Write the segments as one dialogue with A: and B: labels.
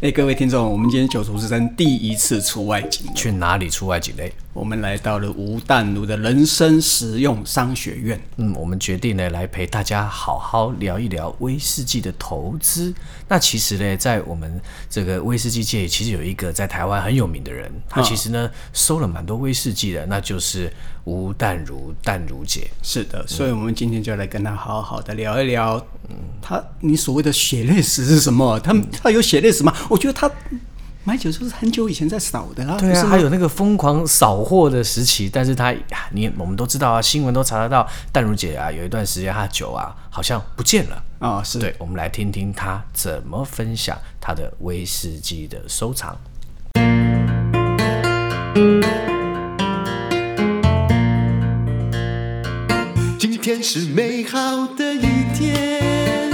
A: 哎、各位听众，我们今天九厨之声第一次出外景，
B: 去哪里出外景嘞？
A: 我们来到了吴淡如的人生实用商学院。
B: 嗯，我们决定呢来陪大家好好聊一聊威士忌的投资。那其实呢，在我们这个威士忌界，其实有一个在台湾很有名的人，他其实呢收了蛮多威士忌的，那就是吴淡如淡如姐。
A: 是的，所以我们今天就来跟他好好的聊一聊，他你所谓的血泪史是什么？他他有血泪史吗？我觉得他买酒就是很久以前在扫的啊，
B: 对
A: 不
B: 啊，
A: 是
B: 还
A: 吗？
B: 有那个疯狂扫货的时期，但是他啊你我们都知道啊，新闻都查得到，淡如姐啊有一段时间她的酒啊好像不见了。
A: 啊、是
B: 对，我们来听听她怎么分享她的威士忌的收藏。
C: 今天是美好的一天。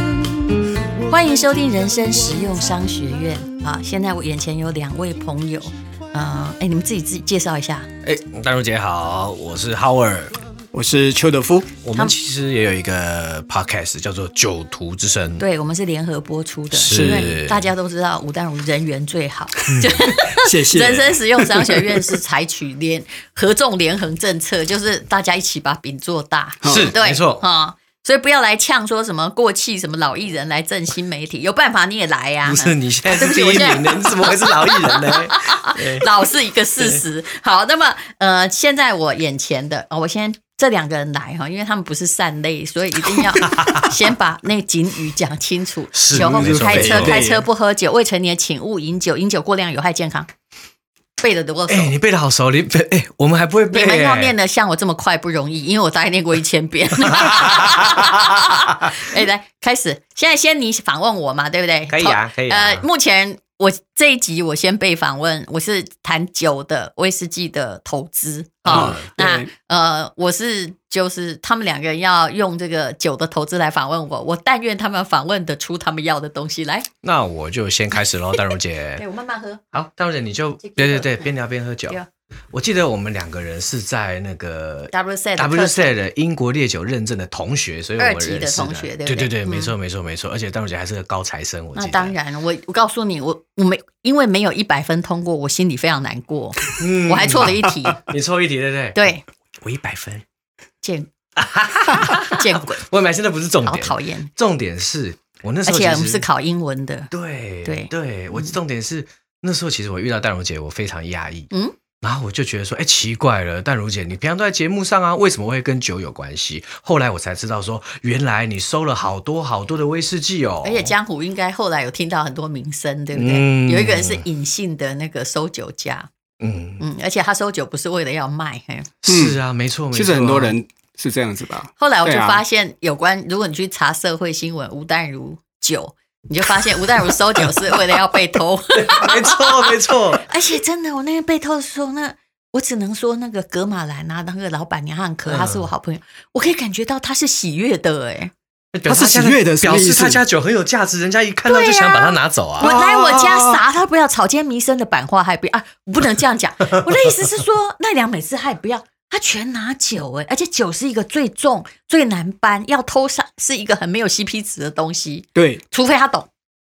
D: 欢迎收听《人生实用商学院》啊！现在我眼前有两位朋友，呃，哎，你们自己自己介绍一下。
B: 哎，丹如姐好，我是 Howard。
A: 我是邱德夫，
B: 我们其实也有一个 podcast 叫做《酒徒之声》，
D: 对，我们是联合播出的，
B: 是嗯
D: 因为大家都知道吴淡如人缘最好， 就
A: 谢谢。
D: 人生实用商学院是采取联 合纵连横政策，就是大家一起把饼做大，
B: 是
D: 对，
B: 没错
D: 啊。所以不要来呛说什么过气什么老艺人来振兴媒体，有办法你也来 呀、
B: 不是你现在
D: 啊
B: 是
D: 对不
B: 第
D: 起，我
B: 一
D: 现在
B: 名的，你怎么会是老艺人 呢？
D: 老是一个事实。好，那么呃，现在我眼前的，哦、我先这两个人来哈，因为他们不是善类，所以 一定要先把那警语讲清楚。
B: 是
D: 酒后
B: 没
D: 不
B: 错
D: 开
B: 没
D: 车，
B: 错
D: 开车不喝酒，未成年请勿饮酒，饮酒过量有害健康。背的多熟
B: 哎、，你背的好熟，你背哎、我们还不会背、
D: 你
B: 哎
D: 们要念的像我这么快不容易，因为我大概念过一千 遍。 哎、来开始，现在先你访问我嘛，对不对？
B: 可以啊可以啊
D: 呃，目前我这一集我先被访问，我是谈酒的威士忌的投资
B: 嗯
D: 啊、哦那
A: 对
D: 呃，我是就是他们两个人要用这个酒的投资来访问我，我但愿他们访问得出他们要的东西来。
B: 那我就先开始喽，淡如
D: 哎、
B: 姐。
D: 我慢慢喝。
B: 好，淡如姐你就
D: 这个
B: 对对对，边聊边喝酒
D: 对啊。
B: 我记得我们两个人是在那个
D: WSET 的
B: WSET 的英国烈酒认证的同学，所以我们
D: 二级的
B: 认识
D: 同学对不
B: 对
D: 对
B: 对，
D: 嗯
B: 没错没错没错。而且淡如姐还是个高材生，我记
D: 那
B: 得。
D: 当然，我我告诉你，我我没因为没有一百分通过，我心里非常难过，
B: 嗯
D: 我还错了一 题。
B: 你错一题对不对？，
D: 对，
B: 我一百分。
D: 见见鬼，
B: 我买现哎在不是重
D: 好
B: 点，
D: 讨厌！
B: 重点是我那时
D: 而
B: 候
D: 且
B: 其
D: 我们
B: 实
D: 是考英文的，
B: 对
D: 对嗯
B: 对，我重点是、那时候其实我遇到淡如姐，我非常压抑，
D: 嗯，
B: 然后我就觉得说，哎，奇怪了，淡如姐，你平常都在节目上啊，为什么会跟酒有关系？后来我才知道说，原来你收了好多好多的威士忌哦，
D: 而且江湖应该后来有听到很多名声，对不对？
B: 嗯
D: 有一个人是隐性的那个收酒家，
B: 嗯，
D: 嗯，而且他收酒不是为了要卖，嘿。
B: 是啊，没错，没错，
A: 其实很多人是这样子吧，
D: 后来我就
A: 对啊
D: 发现，有关、如果你去查社会新闻，吴淡如酒，你就发现吴淡如收酒是为了要被 偷。
B: 没错，没错，
D: 而且真的，我那天被偷的时候，那我只能说那个格马兰啊，那个老板娘她很可爱，
B: 嗯
D: 她是我好朋友，我可以感觉到她是喜悦的、欸。
B: 表示
A: 他是喜悦的
B: 他家
A: 什么
B: 表
A: 意思
B: 示他家酒很有价值，人家一看到
D: 对啊
B: 就想把它拿走啊。
D: 我来我家啥，她不要草间弥生的版画，还不要啊，我不能这样讲。我的意思是说，奈良美智还不要。她全拿酒哎、欸而且酒是一个最重、最难搬，要偷上是一个很没有 CP 值的东西，
A: 对，
D: 除非她懂。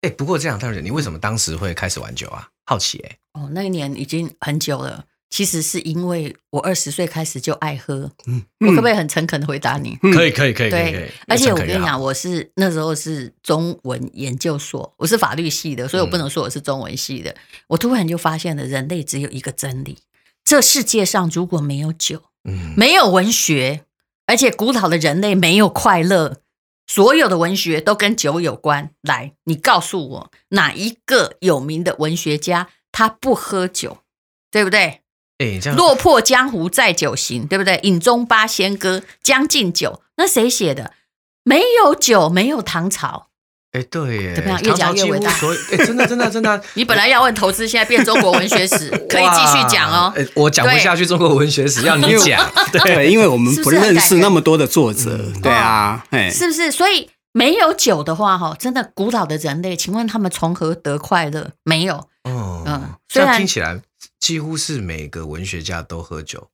B: 哎、不过这样，淡如姐，你为什么当时会开始玩酒啊？好奇哎、
D: 哦，那一年已经很久了。其实是因为我二十岁开始就爱喝，
B: 嗯
D: 我可不可以很诚恳的回答你？
A: 嗯
B: 可以，可以，可以，可以。可以
D: 对，而且我
B: 那
D: 跟，
B: 这样可以
D: 你
B: 啊
D: 讲，我是那时候是中文研究所，我是法律系的，所以我
B: 嗯
D: 不能说我是中文系的。我突然就发现了，人类只有一个真理：这世界上如果没有酒，
B: 嗯，
D: 没有文学，而且古老的人类没有快乐，所有的文学都跟酒有关。来，你告诉我，哪一个有名的文学家他不喝酒？对不对？
B: 哎、这样
D: 落魄江湖载酒行，对不对？饮中八仙歌，《将进酒》，那谁写的？没有酒，没有唐朝。
B: 哎、对耶，
D: 怎么样
B: 唐朝
D: 越讲越伟大
B: 几乎所有哎、真的，真的，真的，
D: 你本来要问投资，现在变中国文学 史， 可以继续讲哦
B: 哇。哎我讲不
D: 对
B: 下去中国文学史，要
A: 因
B: 你
A: 为
B: 讲。
A: 对，因为我们
D: 是不
A: 不
D: 是很
A: 认
D: 感
A: 识
D: 人哦
A: 那么多的作者，对啊，哎，
D: 是不是？所以没有酒的话，哈，真的古老的人类，请问他们从何得快乐？没有，
B: 嗯
D: 嗯，
B: 这
D: 虽
B: 样
D: 然
B: 听起来几乎是每个文学家都喝酒。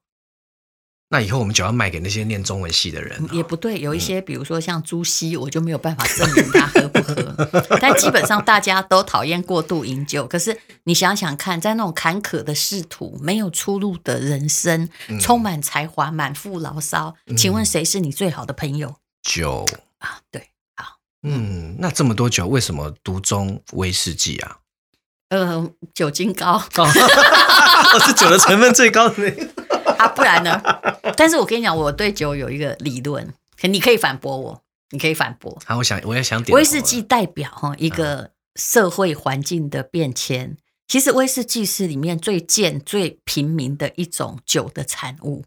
B: 那以后我们酒要卖给那些念中文系的人啊、
D: 嗯也不对，有一些比如说像朱熹，我就没有办法证明他喝不喝。但基本上大家都讨厌过度饮酒。可是你想想看，在那种坎坷的仕途、没有出路的人生、充满才华、满腹牢骚，请问谁是你最好的朋友
B: 酒。
D: 啊？对，
B: 嗯，那这么多酒，为什么独中威士忌 啊？
D: 呃，酒精高
B: 哦，是酒的成分最高的那个。
D: 啊，不然呢？但是我跟你讲，我对酒有一个理论，可你可以反驳我，你可以反驳。
B: 好，我想我也想点头了
D: 威士忌代表哈一
A: 嗯
D: 个社会环境的变迁。其实威士忌是里面最贱、最平民的一种酒的产物。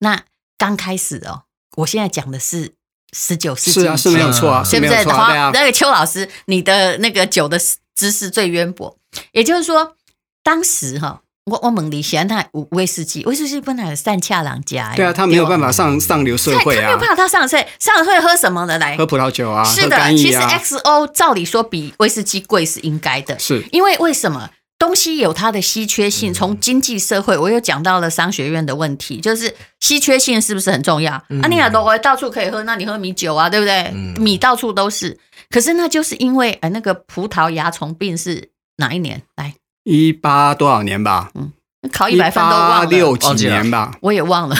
D: 那刚开始哦，我现在讲的是十九世纪
A: 是
D: 以前，
A: 啊，是没有错啊，
D: 对
A: 是
D: 不
A: 没
D: 对？
A: 有错啊，对啊
D: 黄，那个邱老师，你的那个酒的知识最渊博。也就是说，当时哈，我我们里喜欢那威士忌，威士忌本来善恰郎家，
A: 对啊，他没有办
D: 法，
A: 法上上流社
D: 他
A: 会
D: 他没有
A: 啊，
D: 办法，他上岁上岁喝什么的来？
A: 喝葡萄酒啊，
D: 是
A: 喝
D: 的，
A: 干
D: 其
A: 邑
D: 实
A: 啊，
D: XO 照理说比威士忌贵是应该的，
A: 是
D: 因为为什么？东西有它的稀缺
A: 嗯
D: 性，从经济社会，我又讲到了商学院的问题，就是稀缺性是不是很重要？
A: 嗯
D: 啊，你亚都到处可以喝，那你喝米酒啊，对不对？米到处都是，可是那就是因为哎，那个葡萄牙虫病是哪一年？来
A: 一八多少年吧，
D: 哦考一百分都
A: 八
D: 忘
A: 六
D: 了，
A: 几年吧，
D: 我也忘了。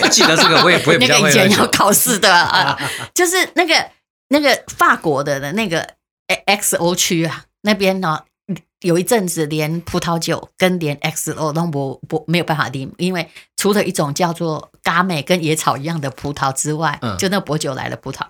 B: 我哎记得这个，我也不会比
D: 那
B: 较
D: 个
B: 会
D: 以
B: 喝
D: 前要
B: 酒。
D: 考试 的啊，就是那个那个法国的的那个 X O 区啊，那边呢、有一阵子连葡萄酒跟连 X O 都不不没有办法拎，因为除了一种叫做嘎美跟野草一样的葡萄之外，
B: 嗯
D: 就那薄酒来的葡萄。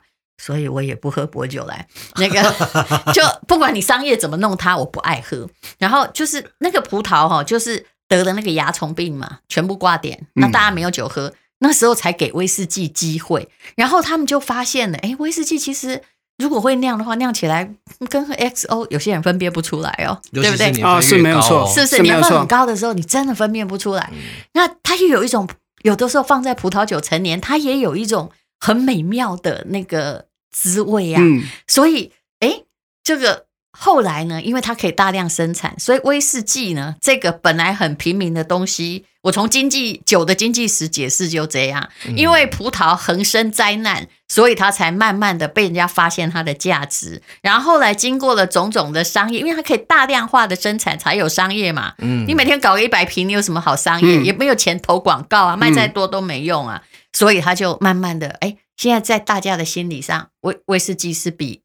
D: 所以我也不喝薄酒来，那个 就不管你商业怎么弄它，我不爱喝。然后就是那个葡萄哈、就是得了那个蚜虫病嘛，全部挂点，
A: 嗯
D: 那大家没有酒喝，那时候才给威士忌机会。然后他们就发现了，哎，威士忌其实如果会酿的话，酿起来嗯跟 XO 有些人分辨不出来哦，
B: 尤
D: 对
B: 其
D: 不
B: 是
D: 对？
B: 年份
A: 啊是
B: 越
A: 没有
B: 高
A: 错
B: 哦
D: 是不是
A: 是没有
D: 年份
A: 错嗯
D: 很高的时候，你真的分辨不出来？那它又有一种，有的时候放在葡萄酒陈年，它也有一种很美妙的那个滋味呀、
A: 嗯，
D: 所以，诶，这个后来呢，因为它可以大量生产，所以威士忌呢，这个本来很平民的东西，我从经济酒的经济史解释就这样，因为葡萄横生灾难，所以它才慢慢的被人家发现它的价值。然后后来经过了种种的商业，因为它可以大量化的生产，才有商业嘛。
B: 嗯
D: 你每天搞个一百瓶，你有什么好商业？
A: 嗯
D: 也没有钱投广告啊，卖再多都没用啊。所以他就慢慢的，哎，现在在大家的心理上，威威士忌是比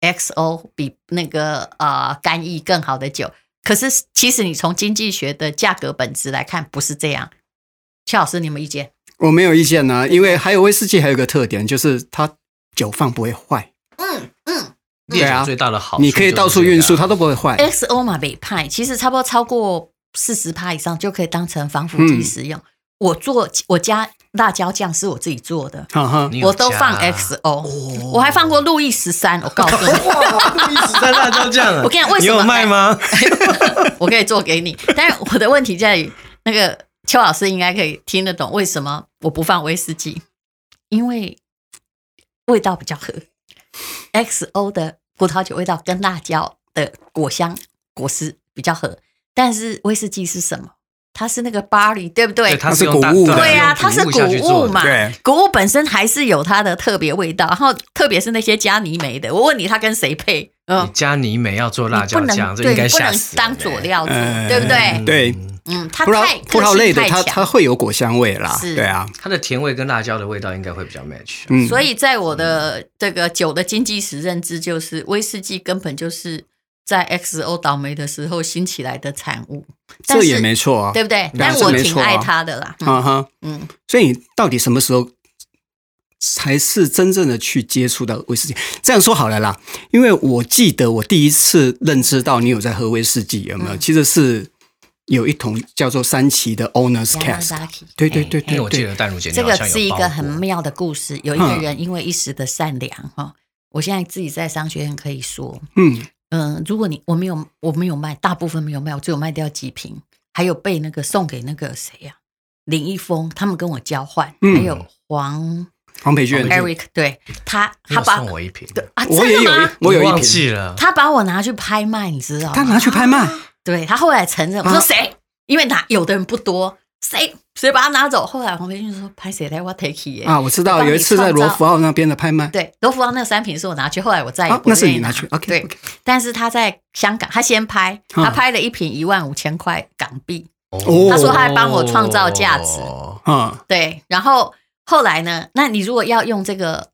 D: XO 比那个呃干邑更好的酒。可是其实你从经济学的价格本质来看，不是这样。邱老师，你有没有意见？
A: 我没有意见啊，因为还有威士忌还有一个特点就是它酒放不会坏，
D: 嗯 嗯
B: 烈
A: 对啊
B: 酒最大的
D: 哦
B: 好处
A: 你可以到处运输，它都不会坏。
D: ，XO 嘛北派其实差不多超过四十帕以上就可以当成防腐剂
A: 嗯
D: 使用。我做我家辣椒酱是我自己做的，
A: 哈哈，
D: 我都放
B: 啊
D: XO，、我还放过路易十三。我告诉你，
C: 啊
B: 在辣椒酱啊。
D: 我跟你讲为什么
B: 有卖吗？
D: 我可以做给你。但是我的问题在于，那个邱老师应该可以听得懂为什么我不放威士忌，因为味道比较合。XO 的葡萄酒味道跟辣椒的果香果实比较合，但是威士忌是什么？它是那个 barley，对不对？
B: 它
A: 是
B: 用
A: 谷
B: 大
A: 物的
D: 对
B: 呀、
D: 呀、
B: 用
D: 它是
B: 谷
D: 谷
B: 下去
D: 物
B: 做的
D: 嘛
A: 对，
D: 谷物本身还是有它的特别味道，然后特别是那些加泥煤的，我问你它跟谁配？
B: 你
D: 嗯，
B: 加泥煤要做辣
D: 你不
B: 椒
D: 能
B: 酱，这应
D: 对，
B: 该
D: 你不
B: 吓
D: 能
B: 死人
D: 当
B: 欸
D: 佐料做，
A: 嗯
D: 对不对？
A: 对，
D: 嗯，它
A: 葡
D: 太
A: 萄葡萄类的
D: 个性
A: 它
D: 太
A: 它
D: 强，
A: 会有果香味啦，
D: 是
A: 对啊，
B: 它的甜味跟辣椒的味道应该会比较 match 啊、
A: 嗯，
D: 所以在我的这个酒的经济史认知，就是威士忌根本就是在 XO 倒霉的时候兴起来的产物，但
A: 这
D: 是
A: 也没错啊
D: 对，不对？
A: 对啊
D: 但
A: 这
D: 我
A: 没
D: 挺
A: 错啊
D: 爱它的啦，嗯
A: 啊哈，
D: 嗯，
A: 所以你到底什么时候才是真正的去接触到威士忌？这样说好了啦，因为我记得我第一次认知到你有在喝威士忌，有没
D: 嗯
A: 有？其实是有一桶叫做三旗的 Owners
D: 亚
A: Cast，
D: 马基
A: 对对对对
B: 因为我记
A: 对，
B: 得淡如姐你
D: 这
B: 好
D: 个
B: 像有
D: 是一
B: 包嗯
D: 个很
B: 过
D: 妙的故事。有一个人因为一时的善良，哈、我现在自己在商学院可以说，
A: 嗯，
D: 嗯，如果你我没有我没有卖，大部分没有卖，我只有卖掉几瓶，还有被那个送给那个谁呀、林一峰，他们跟我交换，
A: 嗯
D: 还有黄
A: 黄培俊，
D: Eric，对他
B: 你
D: 他
B: 有
D: 把
B: 送我一瓶，
D: 啊，
A: 我也
D: 真的
A: 有一
D: 吗？
A: 我有
B: 你
A: 一
B: 忘
A: 瓶，
B: 记了，
D: 他把我拿去拍卖，你知道吗？
A: 他拿去拍卖，
B: 啊
D: 对他后来承认，我说谁？因为哪有的人不多，谁谁把它拿走？后来黄飞鸿说：“拍谁来我 take 耶、
A: 啊，我知道
D: 帮你
A: 有一次在罗浮奥那边的拍卖，
D: 对，罗浮奥那三瓶是我拿去，后来我再也
A: 啊
D: 不
A: 那是
D: 愿
A: 你
D: 意
A: 拿去，OK，
D: 对，但是他在香港，他先拍，
A: 啊
D: 他拍了一瓶一万五千块港币，
A: 哦他说
D: 他还帮我创造价值
A: 啊，
D: 对，然后后来呢？那你如果要用这个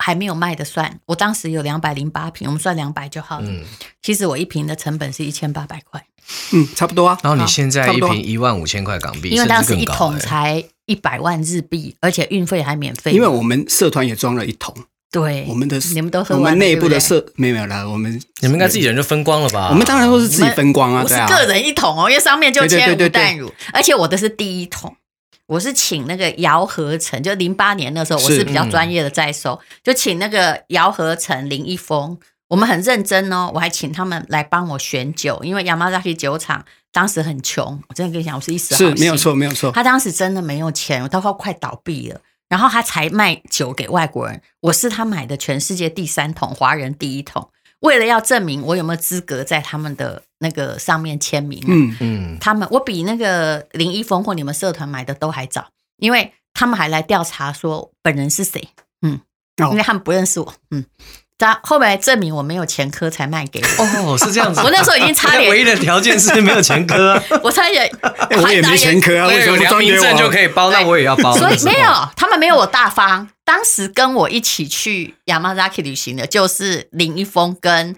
D: 还没有卖的算，我当时有两百零八瓶，我们算两百就好了。
B: 嗯，
D: 其实我一瓶的成本是一千八百块，
A: 嗯，差不多啊。
B: 然后你现在一
A: 差不多
B: 瓶一万五千块港币，
D: 因为当时
B: 甚
D: 一
B: 至更高
D: 桶
B: 哎
D: 才一百万日币，而且运费还免费。
A: 因为我们社团也装了一桶，
D: 对
A: 我们的
D: 你们都喝
A: 我
D: 完
A: 们
D: 了
A: 内部
D: 对
A: 的
D: 不对
A: 社没有没有啦，我们
B: 你们应该自己人就分光了吧？
A: 我们当然都是自己分光啊，
D: 啊我是
A: 对啊，
D: 个人一桶哦，因为上面就
A: 对对
D: 签
A: 对对
D: 无蛋乳，而且我的是第一桶，我是请那个姚和成，就零八年那时候我
A: 是嗯
D: 是比较专业的在收，就请那个姚和成、林一峰，我们很认真哦，我还请他们来帮我选酒，因为 Yamazaki 酒厂当时很穷，我真的跟你讲，我是一时好
A: 是
D: 心
A: 没有错，没有错。
D: 他当时真的没有钱，他快快倒闭了，然后他才卖酒给外国人。我是他买的全世界第三桶，华人第一桶。为了要证明我有没有资格在他们的那个上面签名，啊
A: 嗯，
B: 嗯，
D: 他们我比那个林一峰或你们社团买的都还早，因为他们还来调查说本人是谁，嗯，
A: 哦
D: 因为他们不认识我，嗯，但后来证明我没有前科才卖给我。
B: 哦，是这样子。
D: 我那时候已经差点
B: 唯一的条件是没有前 科啊，
D: 我差点，
A: 哎我也没前科啊，为什么
B: 有
A: 不
B: 良
A: 装
B: 民
A: 给我
B: 证就可以包，那我也要包。
D: 所
B: 那
D: 以
B: 时候
D: 没有，他们没有我大方。当时跟我一起去 Yamazaki 旅行的就是林一峰跟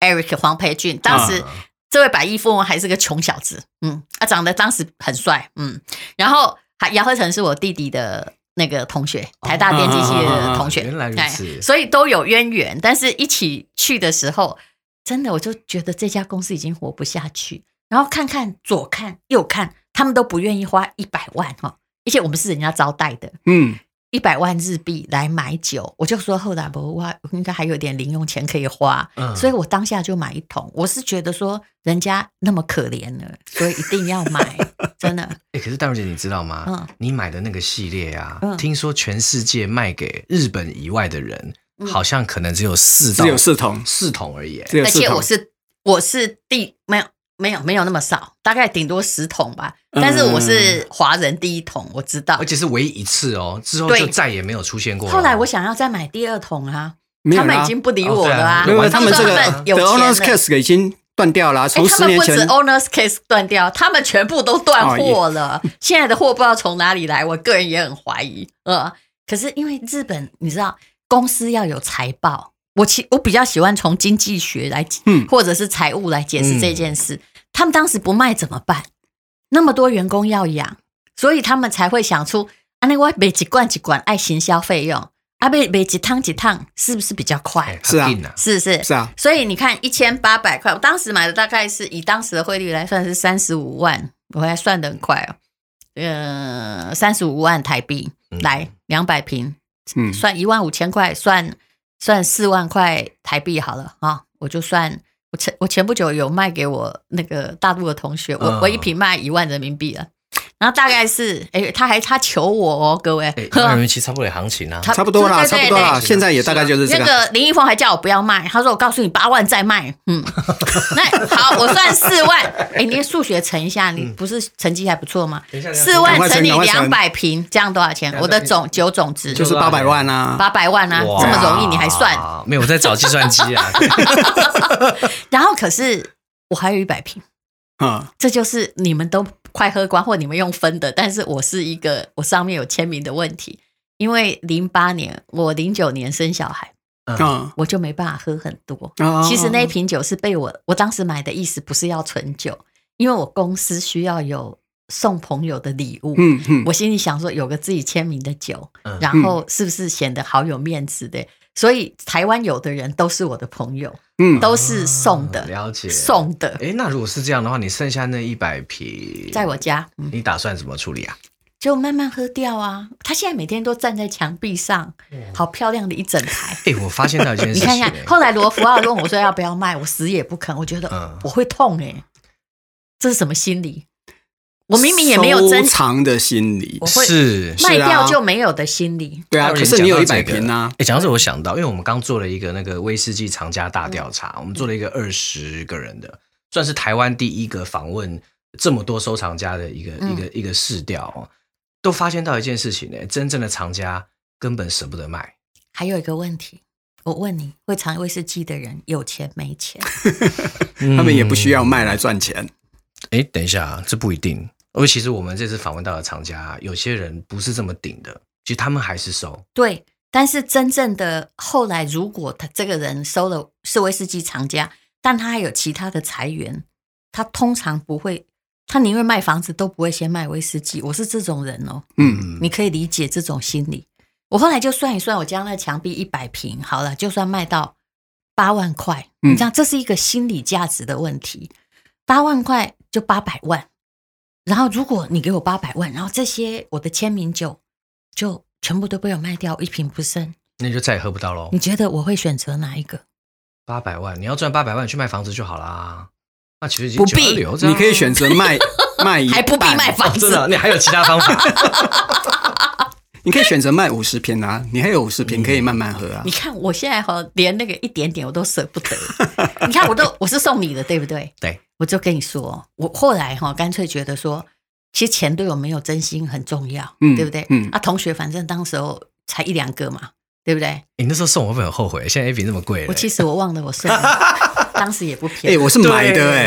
D: Eric 黄培俊。当时、这位百亿富翁还是个穷小子，嗯，他、长得当时很帅，嗯，然后还姚鹤成是我弟弟的那个同学，台
B: 哦
D: 大电机系的同学，
B: 啊啊啊啊原来如
D: 哎
B: 此
D: 所以都有渊源。但是一起去的时候，真的我就觉得这家公司已经活不下去。然后看看左看右看，他们都不愿意花一百万哈、哦，而且我们是人家招待的，
A: 嗯，
D: 一百万日币来买酒，我就说后来不哇，我应该还有点零用钱可以花，
B: 嗯
D: 所以我当下就买一桶。我是觉得说人家那么可怜了，所以一定要 买，真的。
B: 哎、可是大茹姐，你知道吗？
D: 嗯
B: 你买的那个系列啊，
D: 嗯
B: 听说全世界卖给日本以外的人，
D: 嗯
B: 好像可能只有四到
A: 只有四桶，
B: 四桶而已。
A: 只有
D: 而
A: 四
D: 且
A: 桶
D: 我。是我是第没有没有没有那么少，大概顶多十桶吧。
A: 嗯
D: 但是我是华人第一桶，我知道
B: 而。且是唯一一次哦，之后
D: 对
B: 就再也没有出现过了。
D: 后来我想要再买第二桶啊，
A: 啊没有
D: 他
A: 啦
D: 们已经不理
B: 哦
D: 我
B: 对啊
D: 了啊。
A: 没有
B: 完
A: 他
B: 全
A: 们
D: 说
A: 这个
D: 他们有
A: The
D: 钱
A: Owners
D: 了
A: Case 已经断掉了啊，
D: 哎，
A: 从
D: 他
A: 十
D: 们
A: 年
D: 不止
A: 前
D: owners case 断掉，他们全部都断货
A: 哎
D: 了。现在的货不知道从哪里来，我个人也很怀疑。呃，可是因为日本，你知道公司要有财报，我其我比较喜欢从经济学来，
A: 嗯
D: 或者是财务来解释这件事。他们当时不卖怎么办？那么多员工要养，所以他们才会想出啊，那我每一罐一罐爱行销费用，啊，每每一趟一趟是不是比较快
B: 哎？
A: 是啊
B: 它定了
D: 是不是？
A: 是啊，
D: 所以你看，一千八百块，我当时买的大概是以当时的汇率来算是三十五万，我还算的很快哦，呃，三十五万台币
B: 嗯
D: 来两百瓶，
A: 嗯，
D: 算一万五千块，算算四万块台币好了啊、我就算我前我前不久有卖给我那个大陆的同学，我、
B: 嗯
D: 我一瓶卖一万人民币了，然后大概是哎，他还他求我哦，各位，
B: 哎， 二零七差不多也行情啊。
D: 差
A: 差不多啦，
D: 对对
A: 差
D: 对
A: 不多啦，
D: 对
A: 现在也大概就是这个。
D: 那个林一峰还叫我不要卖，他说我告诉你八万再卖， 嗯，那好，我算四万，哎、你的数学乘一下，你不是成绩还不错吗？
B: 等一下
D: 四万乘以
A: 嗯啊赶快乘
D: 两百平，这样多少钱？
B: 两百
D: 我的总九总值
A: 就是八百万啊，
D: 八百万啊，
B: 哇
D: 这么容易你还算？
B: 没有，我在找计算机啊。
D: 然后可是我还有一百平，
A: 嗯，
D: 这就是你们都快喝光或你们用分的，但是我是一个我上面有签名的问题，因为零八年我零九年生小孩，
A: 嗯
D: 我就没办法喝很多。
A: 啊
D: 其实
B: 哦
D: 那一瓶酒是被我我当时买的意思不是要存酒，因为我公司需要有送朋友的礼物。
A: 嗯嗯，
D: 我心里想说，有个自己签名的酒，
B: 嗯
D: 然后是不是显得好有面子的？所以台湾有的人都是我的朋友，
A: 嗯
D: 都是送的，
B: 嗯了解
D: 送的，
B: 哎，那如果是这样的话，你剩下那一百瓶，
D: 在我家，嗯，
B: 你打算怎么处理啊？
D: 就慢慢喝掉啊。他现在每天都站在墙壁上，好漂亮的一整排。
B: 哎，我发现到一件事
D: 你
B: 情，
D: 看看，后来罗福奥问我说要不要卖，我死也不肯。我觉
B: 嗯
D: 得我会痛哎、这是什么心理？我明明也没有真
A: 收藏的心理
D: 我，会
B: 是
A: 是啊
D: 卖掉就没有的心理。
A: 对啊，
B: 当然
A: 可是你有一百
B: 讲到这个
A: 瓶啊，
B: 哎，讲到这我想到，因为我们刚做了一个那个威士忌藏家大调查，我们做了一个二十个人的，算是台湾第一个访问这么多收藏家的一个、
D: 嗯
B: 一个一个试调哦，都发现到一件事情呢、真正的藏家根本舍不得卖。
D: 还有一个问题，我问你，会藏威士忌的人有钱没钱？嗯
A: 他们也不需要卖来赚钱。
B: 哎，等一下啊，这不一定。因为其实我们这次访问到的厂家啊，有些人不是这么顶的，其实他们还是收。
D: 对，但是真正的后来，如果他这个人收了是威士忌藏家，但他还有其他的财源，他通常不会，他宁愿卖房子都不会先卖威士忌。我是这种人哦，
A: 嗯，
D: 你可以理解这种心理。我后来就算一算，我家那墙壁一百平，好了，就算卖到八万块，
A: 嗯
D: 你知道这是一个心理价值的问题。八万块就八百万，然后如果你给我八百万，然后这些我的签名酒就全部都被我卖掉，一瓶不剩，
B: 那你就再也喝不到喽
A: 嗯
D: 你。觉得我会选择哪一个？
B: 八百万，你要赚八百万去卖房子就好啦。那其实已经
D: 不必
B: 九二流这样
A: 你可以选择卖 卖一半，啊
D: 啊还不必卖房
B: 哦，真的，
D: 子，
B: 你还有其他方法？
A: 你可以选择卖五十瓶啊，你还有五十瓶可以慢慢喝啊
D: 你。看我现在哈，连那个一点点我都舍不得。你看，我都我是送你的，对不对？
B: 对，
D: 我就跟你说，我后来哈，干脆觉得说，其实钱对我没有真心很重要，
A: 嗯
D: 对不对？
A: 嗯
D: 啊，同学反正当时候才一两个嘛，对不对？
B: 你那时候送我会不会很后悔？现在 A 比那么贵了，
D: 我其实我忘了我送 了，当时也不
A: 哎、
D: 便宜、
A: 我是买的
B: 对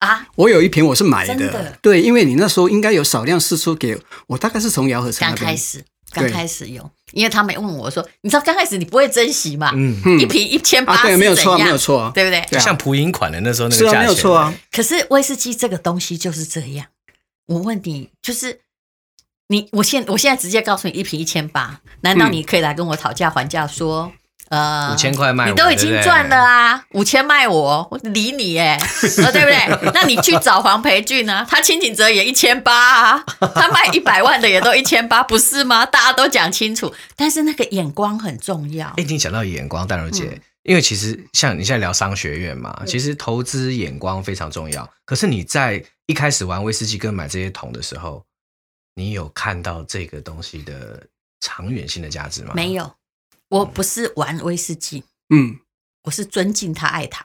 A: 哎、
D: 啊。
A: 我有一瓶我是买的，
D: 真的
A: 对，因为你那时候应该有少量试出给我我，大概是从姚和成
D: 刚
A: 那边
D: 开，始，刚开始有，因为他们问我说，你知道刚开始你不会珍惜嘛？
B: 嗯，
A: 嗯
D: 一瓶一千八
A: 啊，对，
D: 是
A: 没有
D: 怎
A: 错啊，
D: 样
A: 没有错啊，
D: 对不对？
A: 对啊
B: 像普银款的那时候那
A: 是
B: 个价
A: 啊，
B: 钱，
A: 没有错啊，
D: 可是威士忌这个东西就是这样。我问你，就是你，我现我现在直接告诉你，一瓶一千八，难道你可以来跟我讨价还价说？呃，
B: 5000块嗯卖我
D: 你都已经
B: 对不对
D: 赚了啊，五千卖我，我理你耶，呃，对不对？那你去找黄培俊啊，他清景泽也一千八啊，他卖一百万的也都一千八，不是吗？大家都讲清楚，但是那个眼光很重要
B: 哎，。你讲到眼光，淡如姐，
D: 嗯
B: 因为其实像你现在聊商学院嘛，其实投资眼光非常重要。可是你在一开始玩威士忌跟买这些桶的时候，你有看到这个东西的长远性的价值吗？
D: 没。有，我不是玩威士忌，
A: 嗯，
D: 我是尊敬他，爱他。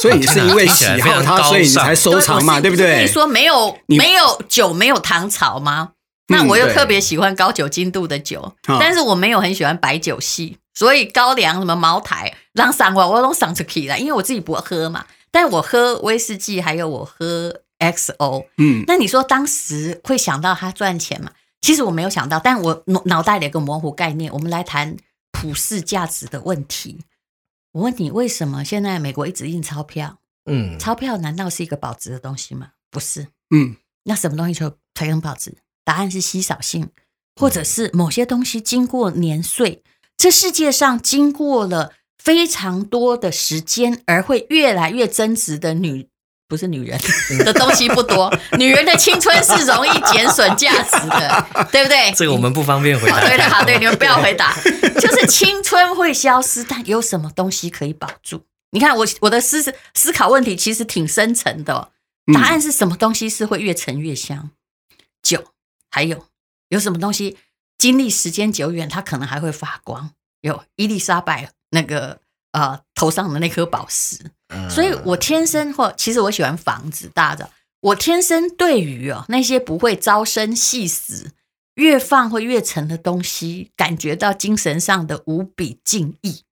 A: 所以你是因为
B: 听起
A: 喜
B: 来非
A: 好
B: 常
A: 它，
B: 高
A: 所以你
B: 尚
A: 才收藏嘛，对
D: 我
A: 不
D: 是我是跟
A: 对
D: 你？说没有
A: 你
D: 没有酒没有糖炒吗？那
A: 嗯
D: 我又
B: 对
D: 特别喜欢高酒精度的酒，
A: 啊
D: 但是我没有很喜欢白酒系，所以高粱什么茅台、让散我我都赏出去了，因为我自己不喝嘛。但我喝威士忌，还有我喝 XO。
A: 嗯，
D: 那你说当时会想到他赚钱吗？其实我没有想到，但我脑脑袋里有个模糊概念。我们来谈普世价值的问题。我问你，为什么现在美国一直印钞票？
B: 嗯，
D: 钞票难道是一个保值的东西吗？不是。
A: 嗯，
D: 那什么东西才才能保值？答案是稀少性，或者是某些东西经过年岁，这世界上经过了非常多的时间，而会越来越增值的女。不是女人
B: 嗯
D: 的东西不多，女人的青春是容易减损价值 的，对不对？
B: 这个我们不方便回答。
D: 对的，好，对，你们不要回答。就是青春会消失，但有什么东西可以保住？你看我我的思思考问题其实挺深层的、哦，
A: 嗯
D: 答案是什么东西是会越陈越香？酒，还有有什么东西经历时间久远，它可能还会发光？有伊丽莎白那个呃头上的那颗宝石，
B: 嗯
D: 所以我天生或其实我喜欢房子，大家知道，我天生对于哦那些不会朝生夕死、越放会越沉的东西，感觉到精神上的无比敬意。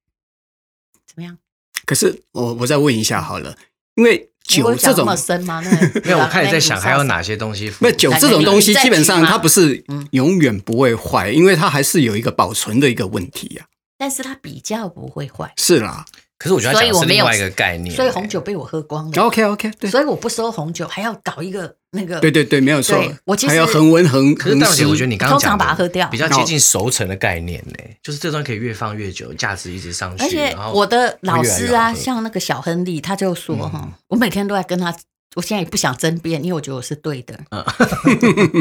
D: 怎么样？
A: 可是我我再问一下好了，因为
D: 我
A: 酒
D: 有讲
A: 这
D: 那
A: 种
D: 么深吗？那个
B: 没有，我开始在想还有哪
D: 些
B: 些东西。
A: 那
D: 哎
A: 酒这种东西，基本上它不是
D: 嗯
A: 永远不会坏，因为它还是有一个保存的一个问题呀、
D: 但是它比较不会坏，
A: 是啦
B: 可是我觉得它
D: 所以
B: 讲的
D: 我
B: 是
D: 没
B: 另
D: 有
B: 外一个概念。欸
D: 所以红酒被我喝光了。
A: ，OK OK，对
D: 所以我不收红酒，还要搞一个那个。
A: 对对对，没有错
D: 对。我其实
A: 还要恒温恒
B: 可是
A: 恒
B: 大姐，
A: 湿，
B: 我觉得你刚刚讲
D: 通常
B: 的
D: 把它喝掉
B: 比较接近熟成的概念呢，就是这东西可以越放越久，价值一直上去。
D: 而且
B: 然后
D: 我的老师啊，
B: 会越来越好喝嗯
D: 像那个小亨利，他就说哈、我每天都在跟他，我现在也不想争辩，因为我觉得我是对的，
B: 嗯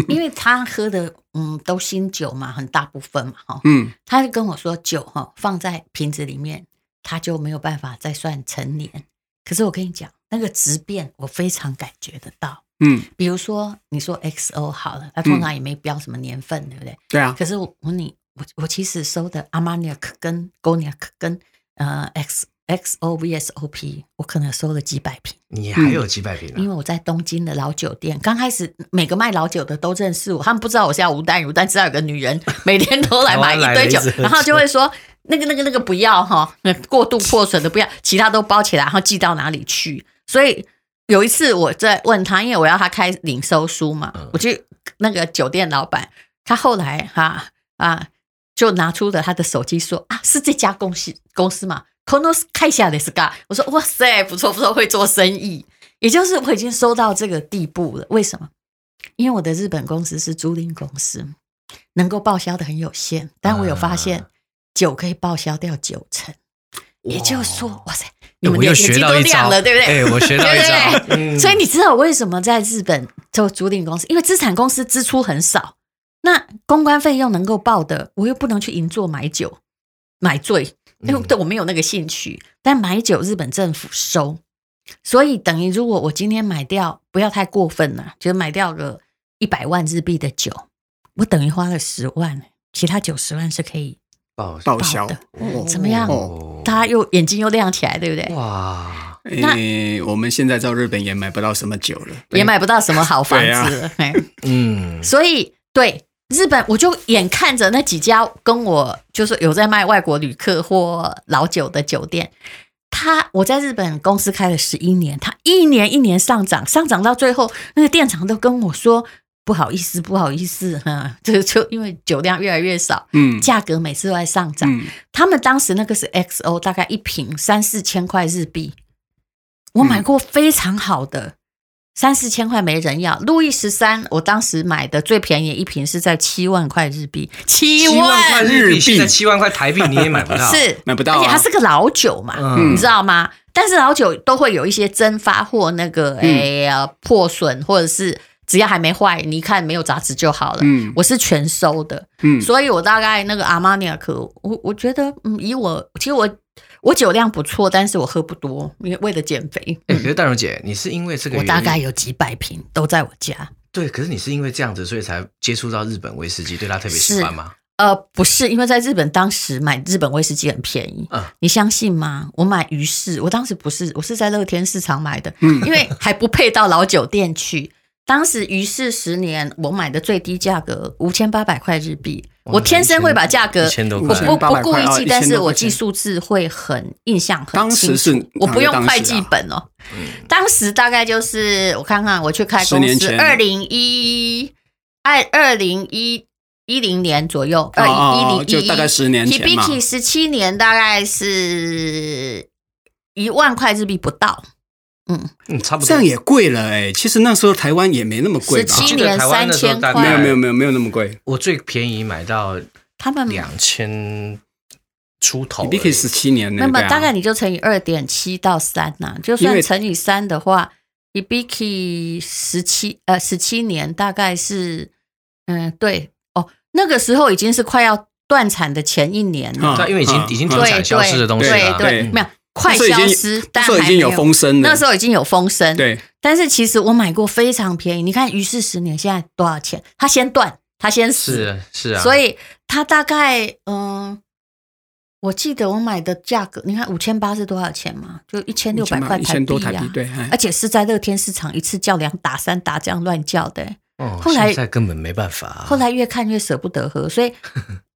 D: 因为他喝的嗯都新酒嘛，很大部分嘛哈，
A: 嗯
D: 他就跟我说酒哈放在瓶子里面，他就没有办法再算陈年。可是我跟你讲，那个质变我非常感觉得到。
A: 嗯，
D: 比如说你说 XO 好了，它通常也没标什么年份，对不对？
A: 对啊，
D: 可是我我你我我其实收的 Armagnac 跟 Cognac 跟呃 X XO VSOP，我可能收了几百瓶，
B: 你还有几百瓶
D: 因
B: 啊？
D: 为我在东京的老酒店，刚开始每个卖老酒的都认识我，他们不知道我是要吴淡如，但知道有个女人每天都来买一堆
B: 台湾来
D: 酒
B: 了一直，喝
D: 然后就会说那个那个那个不要哈，过度破损的不要，其他都包起来，然后寄到哪里去？所以有一次我在问他，因为我要他开领收书嘛，
B: 嗯
D: 我去那个酒店老板，他后来哈啊就拿出了他的手机说啊，是这家公司公司嘛，Konos 开下的 s c a 我说哇塞，不错不错，会做生意。也就是我已经收到这个地步了，为什么？因为我的日本公司是租赁公司，能够报销的很有限，但我有发现、
B: 啊
D: 酒可以报销掉九成，也就是说，哇塞，你们
B: 我
D: 的
B: 又
D: 眼
B: 学
D: 睛
B: 到
D: 都
B: 一
D: 亮
B: 招
D: 了，对不对？
B: 哎，我学到一
D: 对
B: 招
D: 不，
B: 嗯
D: 所以你知道我为什么在日本做租赁公司？因为资产公司支出很少，那公关费用能够报的，我又不能去银座买酒买醉，因为
B: 嗯
D: 对我没有那个兴趣。但买酒日本政府收，所以等于如果我今天买掉，不要太过分了，就是买掉个一百万日币的酒，我等于花了十万，其他九十万是可以。
B: 报
A: 报销
D: 的
A: 哦
D: 怎么样
A: 哦
D: 大家又眼睛又亮起来，对不对？
B: 哇，
D: 那
A: 诶，我们现在到日本也买不到什么酒了。
D: 也买不到什么好房
A: 对啊
D: 子了。 嘿
B: 嗯，
D: 所以对日本，我就眼看着那几家跟我就是有在卖外国旅客或老酒的酒店，他我在日本公司开了十一年，他一年一年上涨，上涨到最后，那个店长都跟我说。不好意思，不好意思，哈，就就因为酒量越来越少，
A: 嗯，
D: 价啊格每次都在上涨。
A: 嗯
D: 他们当时那个是 XO，大概一瓶三四千块日币，我买过非常好的，三四千块没人要。路易十三，我当时买的最便宜一瓶是在七万块日币，七
B: 七万块日
A: 日币
B: 币，现在七万块台币你也买不到，
D: 是
A: 买不到啊
D: 而且它是个老酒嘛，
B: 嗯
D: 你知道吗？但是老酒都会有一些蒸发或那个哎
A: 嗯
D: 呀、破损，或者是只要还没坏，你一看没有杂质就好了。
A: 嗯
D: 我是全收的，
A: 嗯
D: 所以我大概那个阿玛尼亚克，我我觉得，嗯，以我其实我我酒量不错，但是我喝不多，因为为了减肥，
B: 哎，可是大荣姐，你是因为这个原
D: 我
B: 因，
D: 大概有几百瓶都在我家。
B: 对，可是你是因为这样子，所以才接触到日本威士忌，对他特别喜欢吗？
D: 呃，不是，因为在日本当时买日本威士忌很便宜，
B: 嗯
D: 你相信吗？我买鱼市，我当时不是，我是在乐天市场买的，
A: 嗯
D: 因为还不配到老酒店去。当时鱼市十年，我买的最低价格五千八百块日币。
B: 哇
D: 我天生会把价格，
B: 一千多
D: 我
B: 块
D: 不不
A: 1800
D: 故
A: 块
D: 意
A: 啊
D: 记，但
A: 1000
D: 是
A: 多
D: 我
A: 块
D: 记
A: 钱
D: 数字会很印象很
A: 当
D: 清
A: 时
D: 楚。
A: 是
D: 我
A: 哪
D: 不用
A: 个
D: 会
A: 当时啊
D: 计本哦。当时大概就是我看看，我去开
A: 10
D: 公
A: 年
D: 司，
A: 前
D: 二零一二二零一一零年左右，
A: 哦
D: 二
A: 哦
D: 呃一
A: 哦
D: 零
A: 就大概10年前嘛
D: Hibiki 十七年大概是一万块日币不到，
B: 嗯，差不多。
A: 这样也贵了哎、其实那时候台湾也没那么贵吧？
D: 17
B: 记得
D: 年
B: 台湾那时候
D: 3000
B: 大
D: 块
A: 没有
B: 概
A: 没有没有没有那么贵
B: 我最便宜买到
D: 他们
B: 两千出头而
A: 你
B: 已，
A: b k 十七年呢，
D: 那么
A: 对啊
D: 大概你就乘以二点七到三呐、就
A: 因
D: 算
A: 为
D: 乘以三的话，Ibiki 十七呃十七年大概是嗯对哦，那个时候已经是快要断产的前一年了，
A: 啊
B: 对，因为已经
A: 嗯
B: 已经停
D: 对
B: 产
D: 对
B: 消失的东西
D: 对
B: 了，
D: 对，
A: 嗯
D: 没有快
A: 那时候已
D: 消
A: 经
D: 失，
A: 那
D: 但
A: 时候已
D: 还
A: 经
D: 没
A: 有风声了，
D: 那时候已经有风声，，
A: 嗯对，
D: 但是其实我买过非常便宜，你看于是十年现在多少钱？它先断，它先死，
B: 是是啊，
D: 所以它大概嗯、我记得我买的价格，你看五千八是多少钱嘛？就一千六百块
A: 一
D: 台
A: 千多
D: 币啊
A: 台
D: 呀、
A: 币，对，哎
D: 而且是在乐天市场一次叫两打三打这样乱叫的、欸
B: 哦
D: 后来
B: 现在根本没办法啊，
D: 后来越看越舍不得喝，所以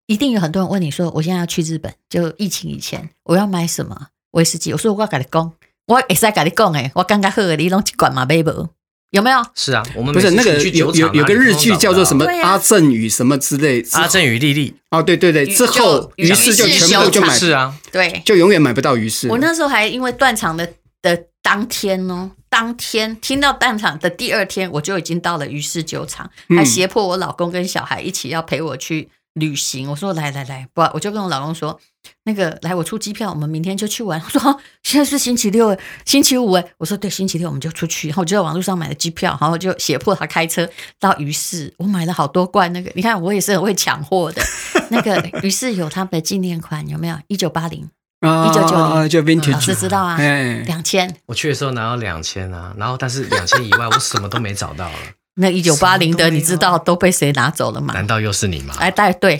D: 一定有很多人问你说，我现在要去日本，就疫情以前，我要买什么威士忌？我说我跟你讲，我也在跟你讲哎，我刚刚喝的你拢一罐嘛没无，有没有？
B: 是啊，我们
A: 不是
B: 每
A: 那
B: 次
A: 个
B: 去酒
A: 有
B: 厂
A: 有有
B: 哪
A: 个
B: 里都
A: 日
B: 找
A: 剧
B: 不
A: 叫做
B: 到
A: 什么
D: 对
A: 《
D: 啊
A: 阿正与什么之类》之后，
B: 阿正与莉莉，
A: 哦，对对对，
D: 于
A: 之后
D: 就
A: 于是就
D: 于
A: 全
D: 是
A: 部
D: 有
A: 都就买，
B: 是啊，
D: 对，
A: 就永远买不到于是。
D: 我那时候还因为断肠的的当天哦，当天听到断肠的第二天，我就已经到了于氏酒厂，
A: 嗯
D: 还胁迫我老公跟小孩一起要陪我去旅行。我说来来来，不，我就跟我老公说，那个来我出机票，我们明天就去玩。他说 现在是星期六，星期五哎，我说对，星期六我们就出去。然后我就在网络上买了机票，然后就胁迫他开车到于氏，我买了好多罐那个，你看我也是很会抢货的。那个 于氏有他们的纪念款，有没有？一九八
A: 啊
D: 零。1990
A: 啊啊就
D: 老师
A: vintage，
D: 知道啊，
A: 哎，
D: 两千，
B: 我去的时候拿到两千啊，然后但是两千以外我什么都没找到了，
D: 那一九八零
B: 什么都
D: 的
B: 没有
D: 你知道都被谁拿走了吗？
B: 难道又是你吗？
D: 哎，对对，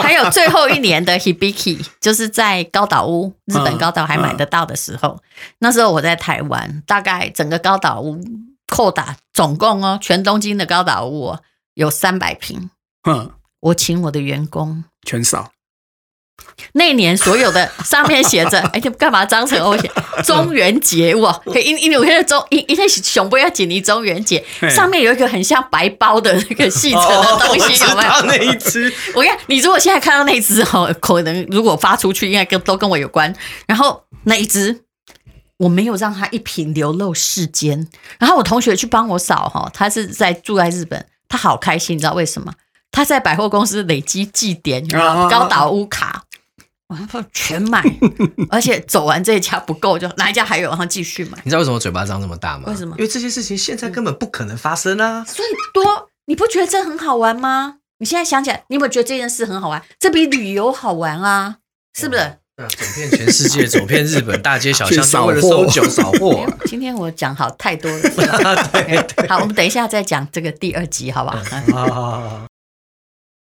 D: 还有最后一年的 Hibiki，就是在高岛屋，日本
A: 嗯
D: 高岛还买得到的时候，那时候我在台湾，大概整个高岛屋扣打总共哦，全东京的高岛屋、哦、有三百平，
A: 嗯，
D: 我请我的员工。
A: 全少，
D: 那一年所有的上面写着， 哎，你干嘛？张成欧写中元节哇，
B: 哦
D: 因因为我觉得中因因为熊不要紧，你中元节
A: 嘿
D: 上面有一个很像白包的那个细长的
B: 哦，
D: 东
B: 我
D: 西，
B: 知
D: 有没有？
B: 道那一只，
D: 我看你如果现在看到那一只哦，可能如果发出去，应该跟都跟我有关。然后那一只，我没有让它一瓶流露世间。然后我同学去帮我扫哈，他是在住在日本，他好开心，你知道为什么？他在百货公司累积绩点，有没
A: 啊
D: 有高岛屋卡，我说全买，而且走完这一家不够，就哪一家还有，然后继续买。
B: 你知道为什么我嘴巴张这么大吗？
D: 为什么
B: 因为这些事情现在根本不可能发生啊！
D: 所以多，你不觉得这很好玩吗？你现在想起来，你有没有觉得这件事很好玩？这比旅游好玩啊，是不是？
B: 对啊，走遍全世 界，走遍日本大街小
A: 去
B: 巷，
A: 扫
B: 就为了
A: 货
B: 搜酒扫货。
D: 哎
B: 啊
D: 今天我讲好太多了，是吧好，我们等一下再讲这个第二集，好吧？
B: 啊，